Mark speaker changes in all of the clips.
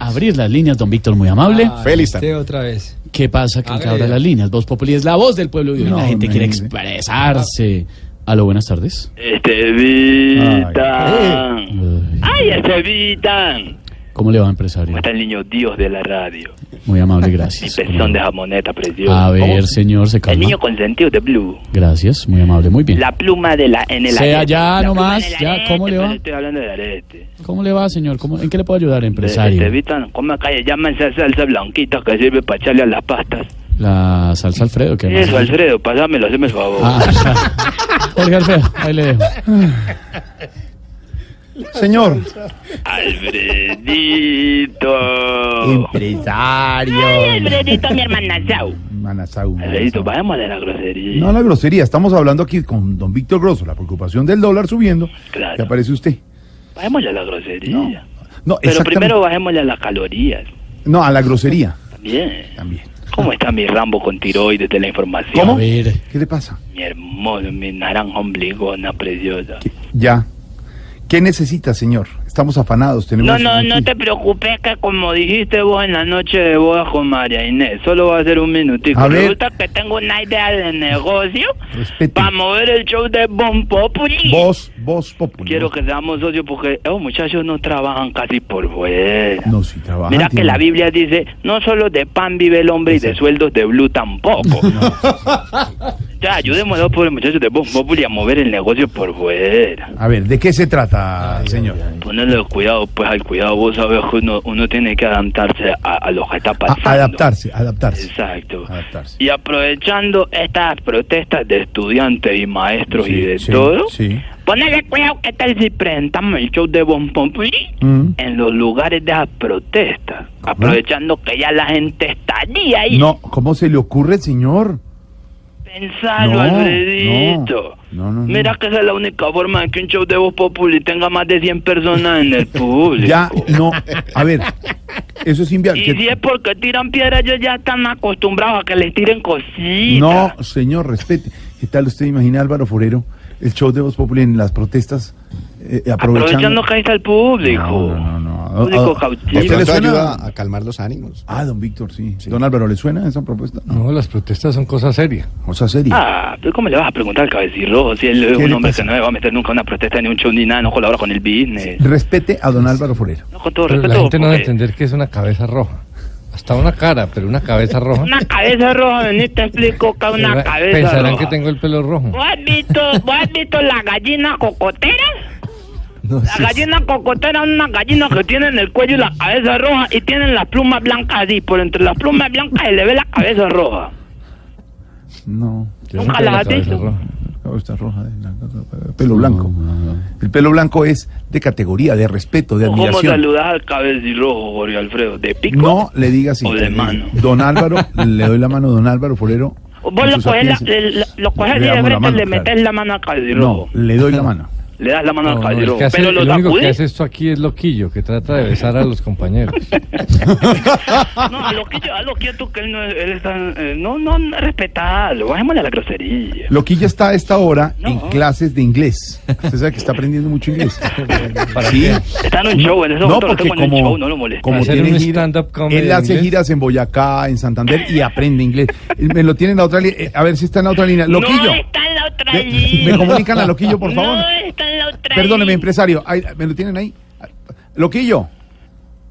Speaker 1: Abrir las líneas, don Víctor, muy amable.
Speaker 2: Feliz
Speaker 3: Este otra vez.
Speaker 1: ¿Qué pasa que
Speaker 3: Hágale.
Speaker 1: ahora las líneas? Voz Populi es la voz del pueblo y la
Speaker 2: No,
Speaker 1: gente
Speaker 2: me
Speaker 1: quiere
Speaker 2: dice.
Speaker 1: expresarse. Aló, buenas tardes.
Speaker 4: Este, Estevitan.
Speaker 1: Eh.
Speaker 4: Ay, Estevitan.
Speaker 1: ¿Cómo le va, empresario?
Speaker 4: ¿Cómo está el niño Dios de la radio?
Speaker 1: Muy amable, gracias.
Speaker 4: Pezón de jamoneta, precioso.
Speaker 1: A ver, señor, se
Speaker 4: El
Speaker 1: calma.
Speaker 4: niño consentido de Blue.
Speaker 1: Gracias, muy amable, muy bien.
Speaker 4: La pluma de la en el
Speaker 1: Sea ya
Speaker 4: La
Speaker 1: nomás,
Speaker 4: pluma del
Speaker 1: ya,
Speaker 4: arete,
Speaker 1: ¿cómo le va?
Speaker 4: pero Estoy hablando del arete. Este,
Speaker 1: ¿Cómo le va, señor? ¿Cómo- ¿En qué le puedo ayudar, empresario?
Speaker 4: Estevitan, ¿cómo acá le llaman esa salsa blanquita que sirve para echarle a las pastas?
Speaker 1: La salsa Alfredo, que
Speaker 4: Eso,
Speaker 1: además-
Speaker 4: Alfredo, pásamelo, hazme el favor.
Speaker 1: Ah, Jorge Alfredo, ahí le dejo.
Speaker 2: Señor.
Speaker 4: Alfredito. Ay,
Speaker 2: Empresario.
Speaker 4: Alfredito, mi hermana Sau.
Speaker 2: Manasau.
Speaker 4: Alfredito, vayamos de la grosería.
Speaker 2: No la grosería, estamos hablando aquí con don Víctor Grosso, la preocupación del dólar subiendo.
Speaker 4: Claro.
Speaker 2: Y aparece usted.
Speaker 4: Bajémosle a la grosería.
Speaker 2: No, no
Speaker 4: Pero
Speaker 2: exactamente-
Speaker 4: primero bajémosle a las calorías.
Speaker 2: No, a la grosería
Speaker 4: También.
Speaker 2: también.
Speaker 4: ¿Cómo está mi Rambo con tiroides de la información?
Speaker 2: ¿Cómo?
Speaker 1: A ver,
Speaker 2: ¿Qué le pasa?
Speaker 4: Mi hermoso, mi naranja ombligona preciosa.
Speaker 2: Ya. ¿Qué necesita, señor? Estamos afanados,
Speaker 4: No,
Speaker 2: tenemos...
Speaker 4: no, no te preocupes que como dijiste vos en la noche de bodas con María Inés, solo va a ser un minutico.
Speaker 2: A ver.
Speaker 4: Resulta que tengo una idea de negocio
Speaker 2: Respete.
Speaker 4: para mover el show de Bon Populi.
Speaker 2: Vos, vos popular.
Speaker 4: Quiero que seamos socios porque esos muchachos no trabajan casi por fuera.
Speaker 2: No, si trabaja.
Speaker 4: Mira que
Speaker 2: tiene-
Speaker 4: la Biblia dice, no solo de pan vive el hombre y de sueldos de blue tampoco. ya, ayudemos a los pobres muchachos de Voz Populi a mover el negocio por fuera.
Speaker 2: A ver, ¿de qué se trata, señor?
Speaker 4: Ponerle cuidado, pues al cuidado, vos sabés que uno, uno tiene que adaptarse a, a lo que está
Speaker 2: A- Ah.
Speaker 4: pasando.
Speaker 2: adaptarse, adaptarse.
Speaker 4: Exacto.
Speaker 2: Adaptarse.
Speaker 4: Y aprovechando estas protestas de estudiantes y maestros y
Speaker 2: Sí,
Speaker 4: de
Speaker 2: sí,
Speaker 4: todo,
Speaker 2: sí.
Speaker 4: ponerle cuidado que tal si presentamos el show de Bon Populi
Speaker 2: Mm.
Speaker 4: en los lugares de las protestas, aprovechando que ya la gente estaría ahí.
Speaker 2: No, ¿cómo se le ocurre, señor?
Speaker 4: Pensalo,
Speaker 2: No,
Speaker 4: Alfredito.
Speaker 2: no, no, no, no.
Speaker 4: Mira que esa es la única forma de que un show de Voz Populi tenga más de 100 personas en el público.
Speaker 2: Ya, no. A ver, eso es inviable.
Speaker 4: Y si es porque tiran piedras, ellos ya están acostumbrados a que les tiren cositas.
Speaker 2: No, señor, respete. ¿Qué tal usted imagina, Álvaro Forero, el show de Voz Populi en las protestas? eh, aprovechando.
Speaker 4: Aprovechando que ahí está el público.
Speaker 2: No, no, no, no.
Speaker 4: Público
Speaker 2: Ah,
Speaker 4: cautivo.
Speaker 2: ¿usted le suena?
Speaker 3: a calmar los ánimos.
Speaker 2: Ah, don Víctor, sí. Don Álvaro, ¿le suena esa propuesta? No.
Speaker 3: No, las protestas son cosas serias.
Speaker 2: Cosa seria.
Speaker 4: Ah, ¿pero ¿cómo le vas a preguntar al cabecirrojo si él es
Speaker 2: ¿Qué
Speaker 4: un
Speaker 2: le
Speaker 4: hombre
Speaker 2: pasa?
Speaker 4: que no le va a meter nunca una protesta ni un show ni nada, no colabora con el business?
Speaker 2: Respete a don Álvaro Forero.
Speaker 4: No, con todo
Speaker 3: Pero la
Speaker 4: respeto.
Speaker 3: gente no va a
Speaker 4: porque
Speaker 3: entender que es una cabeza roja. Hasta una cara, pero una cabeza roja.
Speaker 4: Una cabeza roja, vení, te explico que una
Speaker 3: Era-
Speaker 4: cabeza
Speaker 3: Eh, Pensarán
Speaker 4: roja.
Speaker 3: que tengo el pelo rojo.
Speaker 4: ¿Vos has visto, vos has visto la gallina cocotera?
Speaker 3: No,
Speaker 4: La
Speaker 3: sí,
Speaker 4: gallina cocotera es una gallina que tienen el cuello y la cabeza roja y tienen las plumas blancas así. Por entre las plumas blancas se le ve la cabeza roja.
Speaker 2: No.
Speaker 3: yo
Speaker 4: nunca
Speaker 3: tengo
Speaker 4: la has
Speaker 3: cabeza
Speaker 4: visto.
Speaker 3: roja.
Speaker 2: No, está roja. de la- el Pelo blanco. El pelo blanco es de categoría, de respeto, de
Speaker 4: ¿Cómo
Speaker 2: admiración.
Speaker 4: saludas al cabecirrojo, Jorge Alfredo? ¿De pico?
Speaker 2: No le diga así.
Speaker 4: O de mano.
Speaker 2: Don Álvaro, le doy la mano a don Álvaro Forero.
Speaker 4: Vos
Speaker 2: en
Speaker 4: lo
Speaker 2: su
Speaker 4: coges, la,
Speaker 2: sapiencia.
Speaker 4: el- lo coges
Speaker 2: Le
Speaker 4: así de
Speaker 2: damos la
Speaker 4: frente,
Speaker 2: mano,
Speaker 4: le
Speaker 2: claro.
Speaker 4: metes la mano al
Speaker 2: No,
Speaker 4: cabecirrojo.
Speaker 2: le doy la mano.
Speaker 4: Le das la mano
Speaker 3: No,
Speaker 4: al
Speaker 3: no, el
Speaker 4: cabecirrojo.
Speaker 3: que hace-
Speaker 4: pero lo
Speaker 3: el único que
Speaker 4: sacudís.
Speaker 3: hace esto aquí es Loquillo, que trata de besar a los compañeros.
Speaker 4: No, a lo que yo, a lo que yo, tú, que él no, él está, eh, no, no, no, respetalo. Bajémosle a la grosería.
Speaker 2: Loquilla está a esta hora
Speaker 4: No.
Speaker 2: en clases de inglés. Usted sabe que está aprendiendo mucho inglés.
Speaker 3: ¿Para
Speaker 2: Sí.
Speaker 3: qué?
Speaker 4: Está en un show, en ese
Speaker 2: No,
Speaker 4: momento lo
Speaker 2: porque
Speaker 4: tengo en un show,
Speaker 2: como,
Speaker 4: no lo molestes.
Speaker 2: como
Speaker 3: Hacer
Speaker 2: tiene
Speaker 3: un
Speaker 2: gira,
Speaker 3: stand-up comedy
Speaker 2: él
Speaker 3: en
Speaker 2: hace
Speaker 3: inglés.
Speaker 2: giras en Boyacá, en Santander y aprende inglés. Eh, Me lo tiene en la otra línea. Eh, A ver si está en la otra línea. Loquillo,
Speaker 4: No está en la otra
Speaker 2: me-
Speaker 4: línea.
Speaker 2: me comunican a Loquillo, por favor.
Speaker 4: No está en la otra
Speaker 2: Perdóneme,
Speaker 4: línea.
Speaker 2: empresario. Ay, ¿Me lo tienen ahí? Loquillo,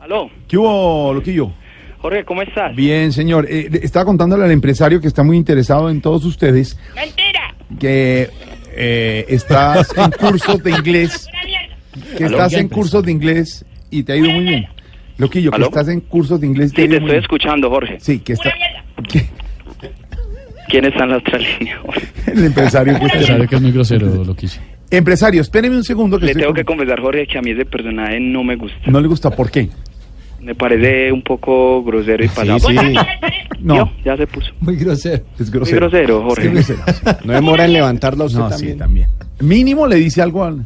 Speaker 4: Aló,
Speaker 2: ¿qué hubo, Loquillo?
Speaker 4: Jorge, ¿cómo estás?
Speaker 2: Bien, señor. Eh, le- estaba contándole al empresario que está muy interesado en todos ustedes
Speaker 4: ¡Mentira!
Speaker 2: que eh, estás en cursos de inglés.
Speaker 4: ¡Una mierda!
Speaker 2: que
Speaker 1: Aló,
Speaker 2: estás
Speaker 1: ya
Speaker 2: en
Speaker 1: empezó.
Speaker 2: cursos de inglés y te ha ido muy bien. Loquillo, que
Speaker 4: ¿Aló?
Speaker 2: estás en cursos de inglés y te ha
Speaker 4: Sí,
Speaker 2: ido
Speaker 4: te
Speaker 2: muy
Speaker 4: estoy
Speaker 2: bien.
Speaker 4: escuchando, Jorge.
Speaker 2: Sí, que está...
Speaker 4: ¡Una mierda!
Speaker 2: que-
Speaker 4: ¿Quién está en la otra línea, Jorge?
Speaker 2: el empresario pues, que está...
Speaker 1: Empresario que es muy grosero, lo quise.
Speaker 2: Empresario, espéreme un segundo que
Speaker 4: Le
Speaker 2: estoy
Speaker 4: tengo que
Speaker 2: con-
Speaker 4: confesar, Jorge, que a mí ese personaje no me gusta.
Speaker 2: No le gusta, ¿por qué?
Speaker 4: Me parece un poco grosero y pasado.
Speaker 3: sí.
Speaker 4: Vio,
Speaker 2: No,
Speaker 4: Ya se puso.
Speaker 3: Muy grosero.
Speaker 2: es
Speaker 4: Muy
Speaker 2: grosero.
Speaker 4: grosero,
Speaker 2: Es
Speaker 4: Jorge.
Speaker 2: grosero, sí.
Speaker 5: No demora en levantarla usted
Speaker 2: No,
Speaker 5: también.
Speaker 2: sí, también. Mínimo le dice algo al...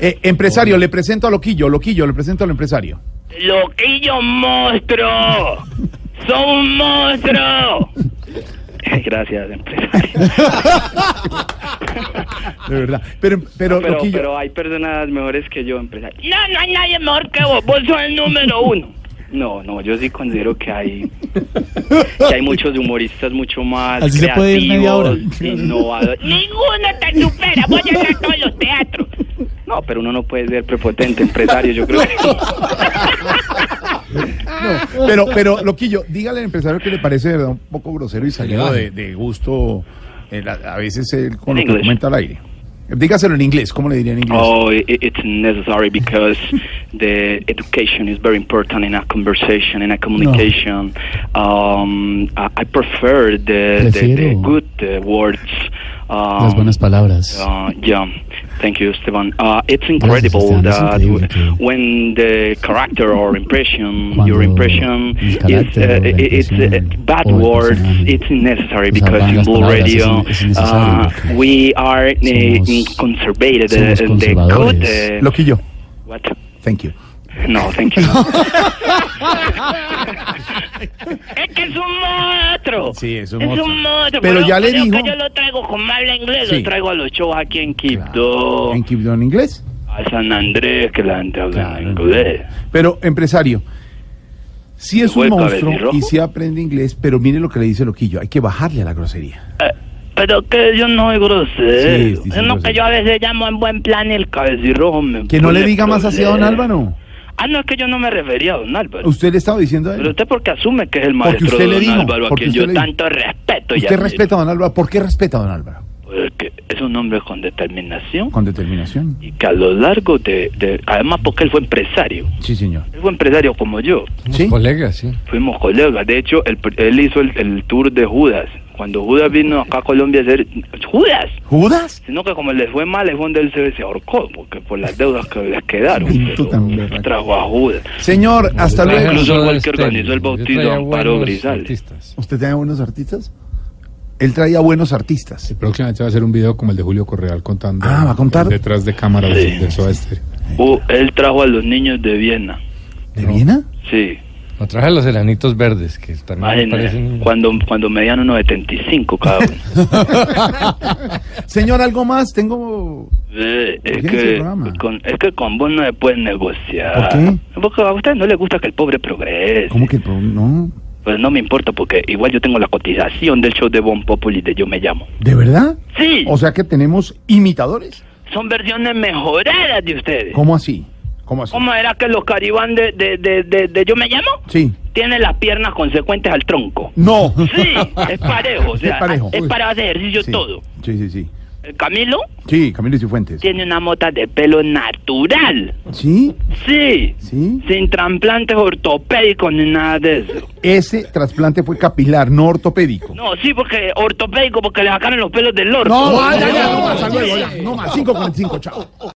Speaker 2: Eh, empresario, le presento a Loquillo, Loquillo, le presento al empresario.
Speaker 4: Loquillo monstruo. Son un monstruo. Gracias, empresario.
Speaker 2: De verdad. Pero, pero,
Speaker 4: No, pero,
Speaker 2: Loquillo,
Speaker 4: pero hay personas mejores que yo, empresario. No, no hay nadie mejor que vos. Vos sos el número uno. No, no, yo sí considero que hay que hay muchos humoristas mucho más
Speaker 1: Así se
Speaker 4: creativos,
Speaker 1: puede ir media hora.
Speaker 4: innovadores. Ninguno te supera. Voy a ir a todos los teatros. No, pero uno no puede ser prepotente, empresario. Yo creo que ah.
Speaker 2: pero, pero, Loquillo, dígale al empresario que le parece de verdad, un poco grosero y salido de, de gusto. eh, la- a veces él
Speaker 4: En
Speaker 2: con lo que
Speaker 4: inglés.
Speaker 2: comenta al aire. Dígaselo en inglés, ¿cómo le diría en inglés?
Speaker 4: Oh, i i- it's necessary because the education is very important in a conversation, in a communication. Um, I, I prefer the, the, the
Speaker 1: Prefiero.
Speaker 4: good uh, words. Um,
Speaker 1: Las buenas palabras.
Speaker 4: uh, yeah, thank you, Esteban. Uh, it's incredible
Speaker 1: Esteban, es
Speaker 4: that
Speaker 1: increíble
Speaker 4: w-
Speaker 1: que-
Speaker 4: when the character or impression,
Speaker 1: Cuando
Speaker 4: your impression,
Speaker 1: el
Speaker 4: is
Speaker 1: carácter
Speaker 4: uh,
Speaker 1: o la
Speaker 4: i- it's uh,
Speaker 1: impresión
Speaker 4: bad
Speaker 1: o el
Speaker 4: words,
Speaker 1: personaje.
Speaker 4: it's necessary
Speaker 1: Las
Speaker 4: because in
Speaker 1: malas
Speaker 4: Blue
Speaker 1: palabras
Speaker 4: Radio
Speaker 1: es- es necesario
Speaker 4: uh,
Speaker 1: porque
Speaker 4: we are
Speaker 1: somos-
Speaker 4: uh, conservated uh,
Speaker 1: somos
Speaker 4: the good.
Speaker 1: conservadores.
Speaker 4: Uh,
Speaker 2: Loquillo,
Speaker 4: what?
Speaker 2: thank you.
Speaker 4: No, thank you. es que es un monstruo.
Speaker 2: Sí, es un
Speaker 4: es
Speaker 2: monstruo.
Speaker 4: un monstruo.
Speaker 2: Pero ya le
Speaker 4: creo que
Speaker 2: dijo-
Speaker 4: yo lo traigo con mal inglés.
Speaker 2: Sí.
Speaker 4: Lo traigo a los shows aquí en Quito,
Speaker 2: Claro. ¿En Quibdó en inglés?
Speaker 4: a San Andrés, que la gente habla
Speaker 2: Claro.
Speaker 4: inglés.
Speaker 2: Pero, empresario, sí es
Speaker 4: ¿Se fue
Speaker 2: un
Speaker 4: el
Speaker 2: monstruo
Speaker 4: cabezarrojo?
Speaker 2: y sí aprende inglés, pero mire lo que le dice Loquillo, hay que bajarle a la grosería.
Speaker 4: Eh, pero que yo no soy
Speaker 2: Sí,
Speaker 4: grosero.
Speaker 2: sí, sí,
Speaker 4: es lo
Speaker 2: grosero.
Speaker 4: que yo a veces llamo en buen plan el cabecirrojo. me
Speaker 2: Que no le
Speaker 4: pone
Speaker 2: diga más así a don
Speaker 4: problema.
Speaker 2: Álvaro.
Speaker 4: Ah, no, es que yo no me refería a don Álvaro.
Speaker 2: Usted le estaba diciendo a él.
Speaker 4: Pero usted porque asume que es el
Speaker 2: Porque
Speaker 4: maestro
Speaker 2: usted
Speaker 4: de
Speaker 2: le
Speaker 4: don
Speaker 2: dijo,
Speaker 4: Álvaro, a
Speaker 2: porque
Speaker 4: quien
Speaker 2: usted
Speaker 4: yo
Speaker 2: le dijo.
Speaker 4: tanto respeto. y
Speaker 2: ¿Usted
Speaker 4: admiro.
Speaker 2: respeta a don Álvaro? ¿Por qué respeta a don Álvaro?
Speaker 4: Porque eh, es un hombre con determinación
Speaker 2: Con determinación.
Speaker 4: y que a lo largo de, de- Además porque él fue empresario.
Speaker 2: Sí, señor.
Speaker 4: Él fue empresario como yo.
Speaker 3: Somos
Speaker 2: ¿Sí?
Speaker 3: colegas, sí.
Speaker 4: Fuimos colegas. De hecho, él, él hizo el, el tour de Judas. Cuando Judas vino acá a Colombia a hacer... ¡Judas!
Speaker 2: ¿Judas?
Speaker 4: Sino que como le fue mal es donde él se, se ahorcó, porque por las deudas que les quedaron.
Speaker 2: Pinto
Speaker 4: pero
Speaker 2: tan berraco.
Speaker 4: trajo a Judas.
Speaker 2: Señor, hasta
Speaker 3: Yo traje
Speaker 2: luego.
Speaker 4: Incluso
Speaker 3: a
Speaker 4: igual que
Speaker 3: Estéreo,
Speaker 4: organizó el
Speaker 3: yo
Speaker 4: bautismo
Speaker 3: traje a
Speaker 4: de Amparo
Speaker 3: buenos
Speaker 4: Grisales.
Speaker 3: artistas.
Speaker 2: ¿Usted trae buenos artistas? Él traía buenos artistas.
Speaker 6: Próximamente va a hacer un video como el de Julio Correal contando
Speaker 2: Ah, ¿va a contar?
Speaker 6: el detrás de cámara
Speaker 4: Sí.
Speaker 6: de Soda Stereo.
Speaker 4: Uh, él trajo a los niños de Viena.
Speaker 2: ¿De Viena?
Speaker 4: Sí.
Speaker 3: Lo traje a los enanitos verdes, que también me
Speaker 4: Imagínense,
Speaker 3: parecen...
Speaker 4: cuando, cuando medían unos 75 cada uno.
Speaker 2: Señor, ¿algo más? Tengo...
Speaker 4: Eh,
Speaker 2: ¿Por
Speaker 4: es,
Speaker 2: qué en ese
Speaker 4: que,
Speaker 2: programa?
Speaker 4: con, es que con vos no se puede negociar.
Speaker 2: ¿Por qué?
Speaker 4: Porque a usted no le gusta que el pobre progrese.
Speaker 2: ¿Cómo que el pro- no?
Speaker 4: Pues no me importa porque igual yo tengo la cotización del show de Bon Populi de Yo Me Llamo.
Speaker 2: ¿De verdad?
Speaker 4: Sí,
Speaker 2: O sea que tenemos imitadores.
Speaker 4: son versiones mejoradas de ustedes. ¿Cómo,
Speaker 2: ¿Cómo así? ¿Cómo así?
Speaker 4: era que los caribán de, de, de, de- de Yo Me Llamo
Speaker 2: Sí.
Speaker 4: tienen las piernas consecuentes al tronco?
Speaker 2: No.
Speaker 4: Sí, es parejo. O sea,
Speaker 2: Es parejo.
Speaker 4: es
Speaker 2: Uy.
Speaker 4: para hacer ejercicio
Speaker 2: Sí.
Speaker 4: todo.
Speaker 2: Sí, sí, sí.
Speaker 4: El Camilo
Speaker 2: Sí, Camilo y Cifuentes.
Speaker 4: tiene una mota de pelo natural.
Speaker 2: Sí,
Speaker 4: Sí.
Speaker 2: sí.
Speaker 4: Sin trasplantes ortopédicos ni nada de eso.
Speaker 2: Ese trasplante fue capilar, no ortopédico.
Speaker 4: No, sí, porque ortopédico, porque le sacaron los pelos del orto.
Speaker 2: No, ya, ya, no más, hasta luego, ya. No más, 5 con 5, chao.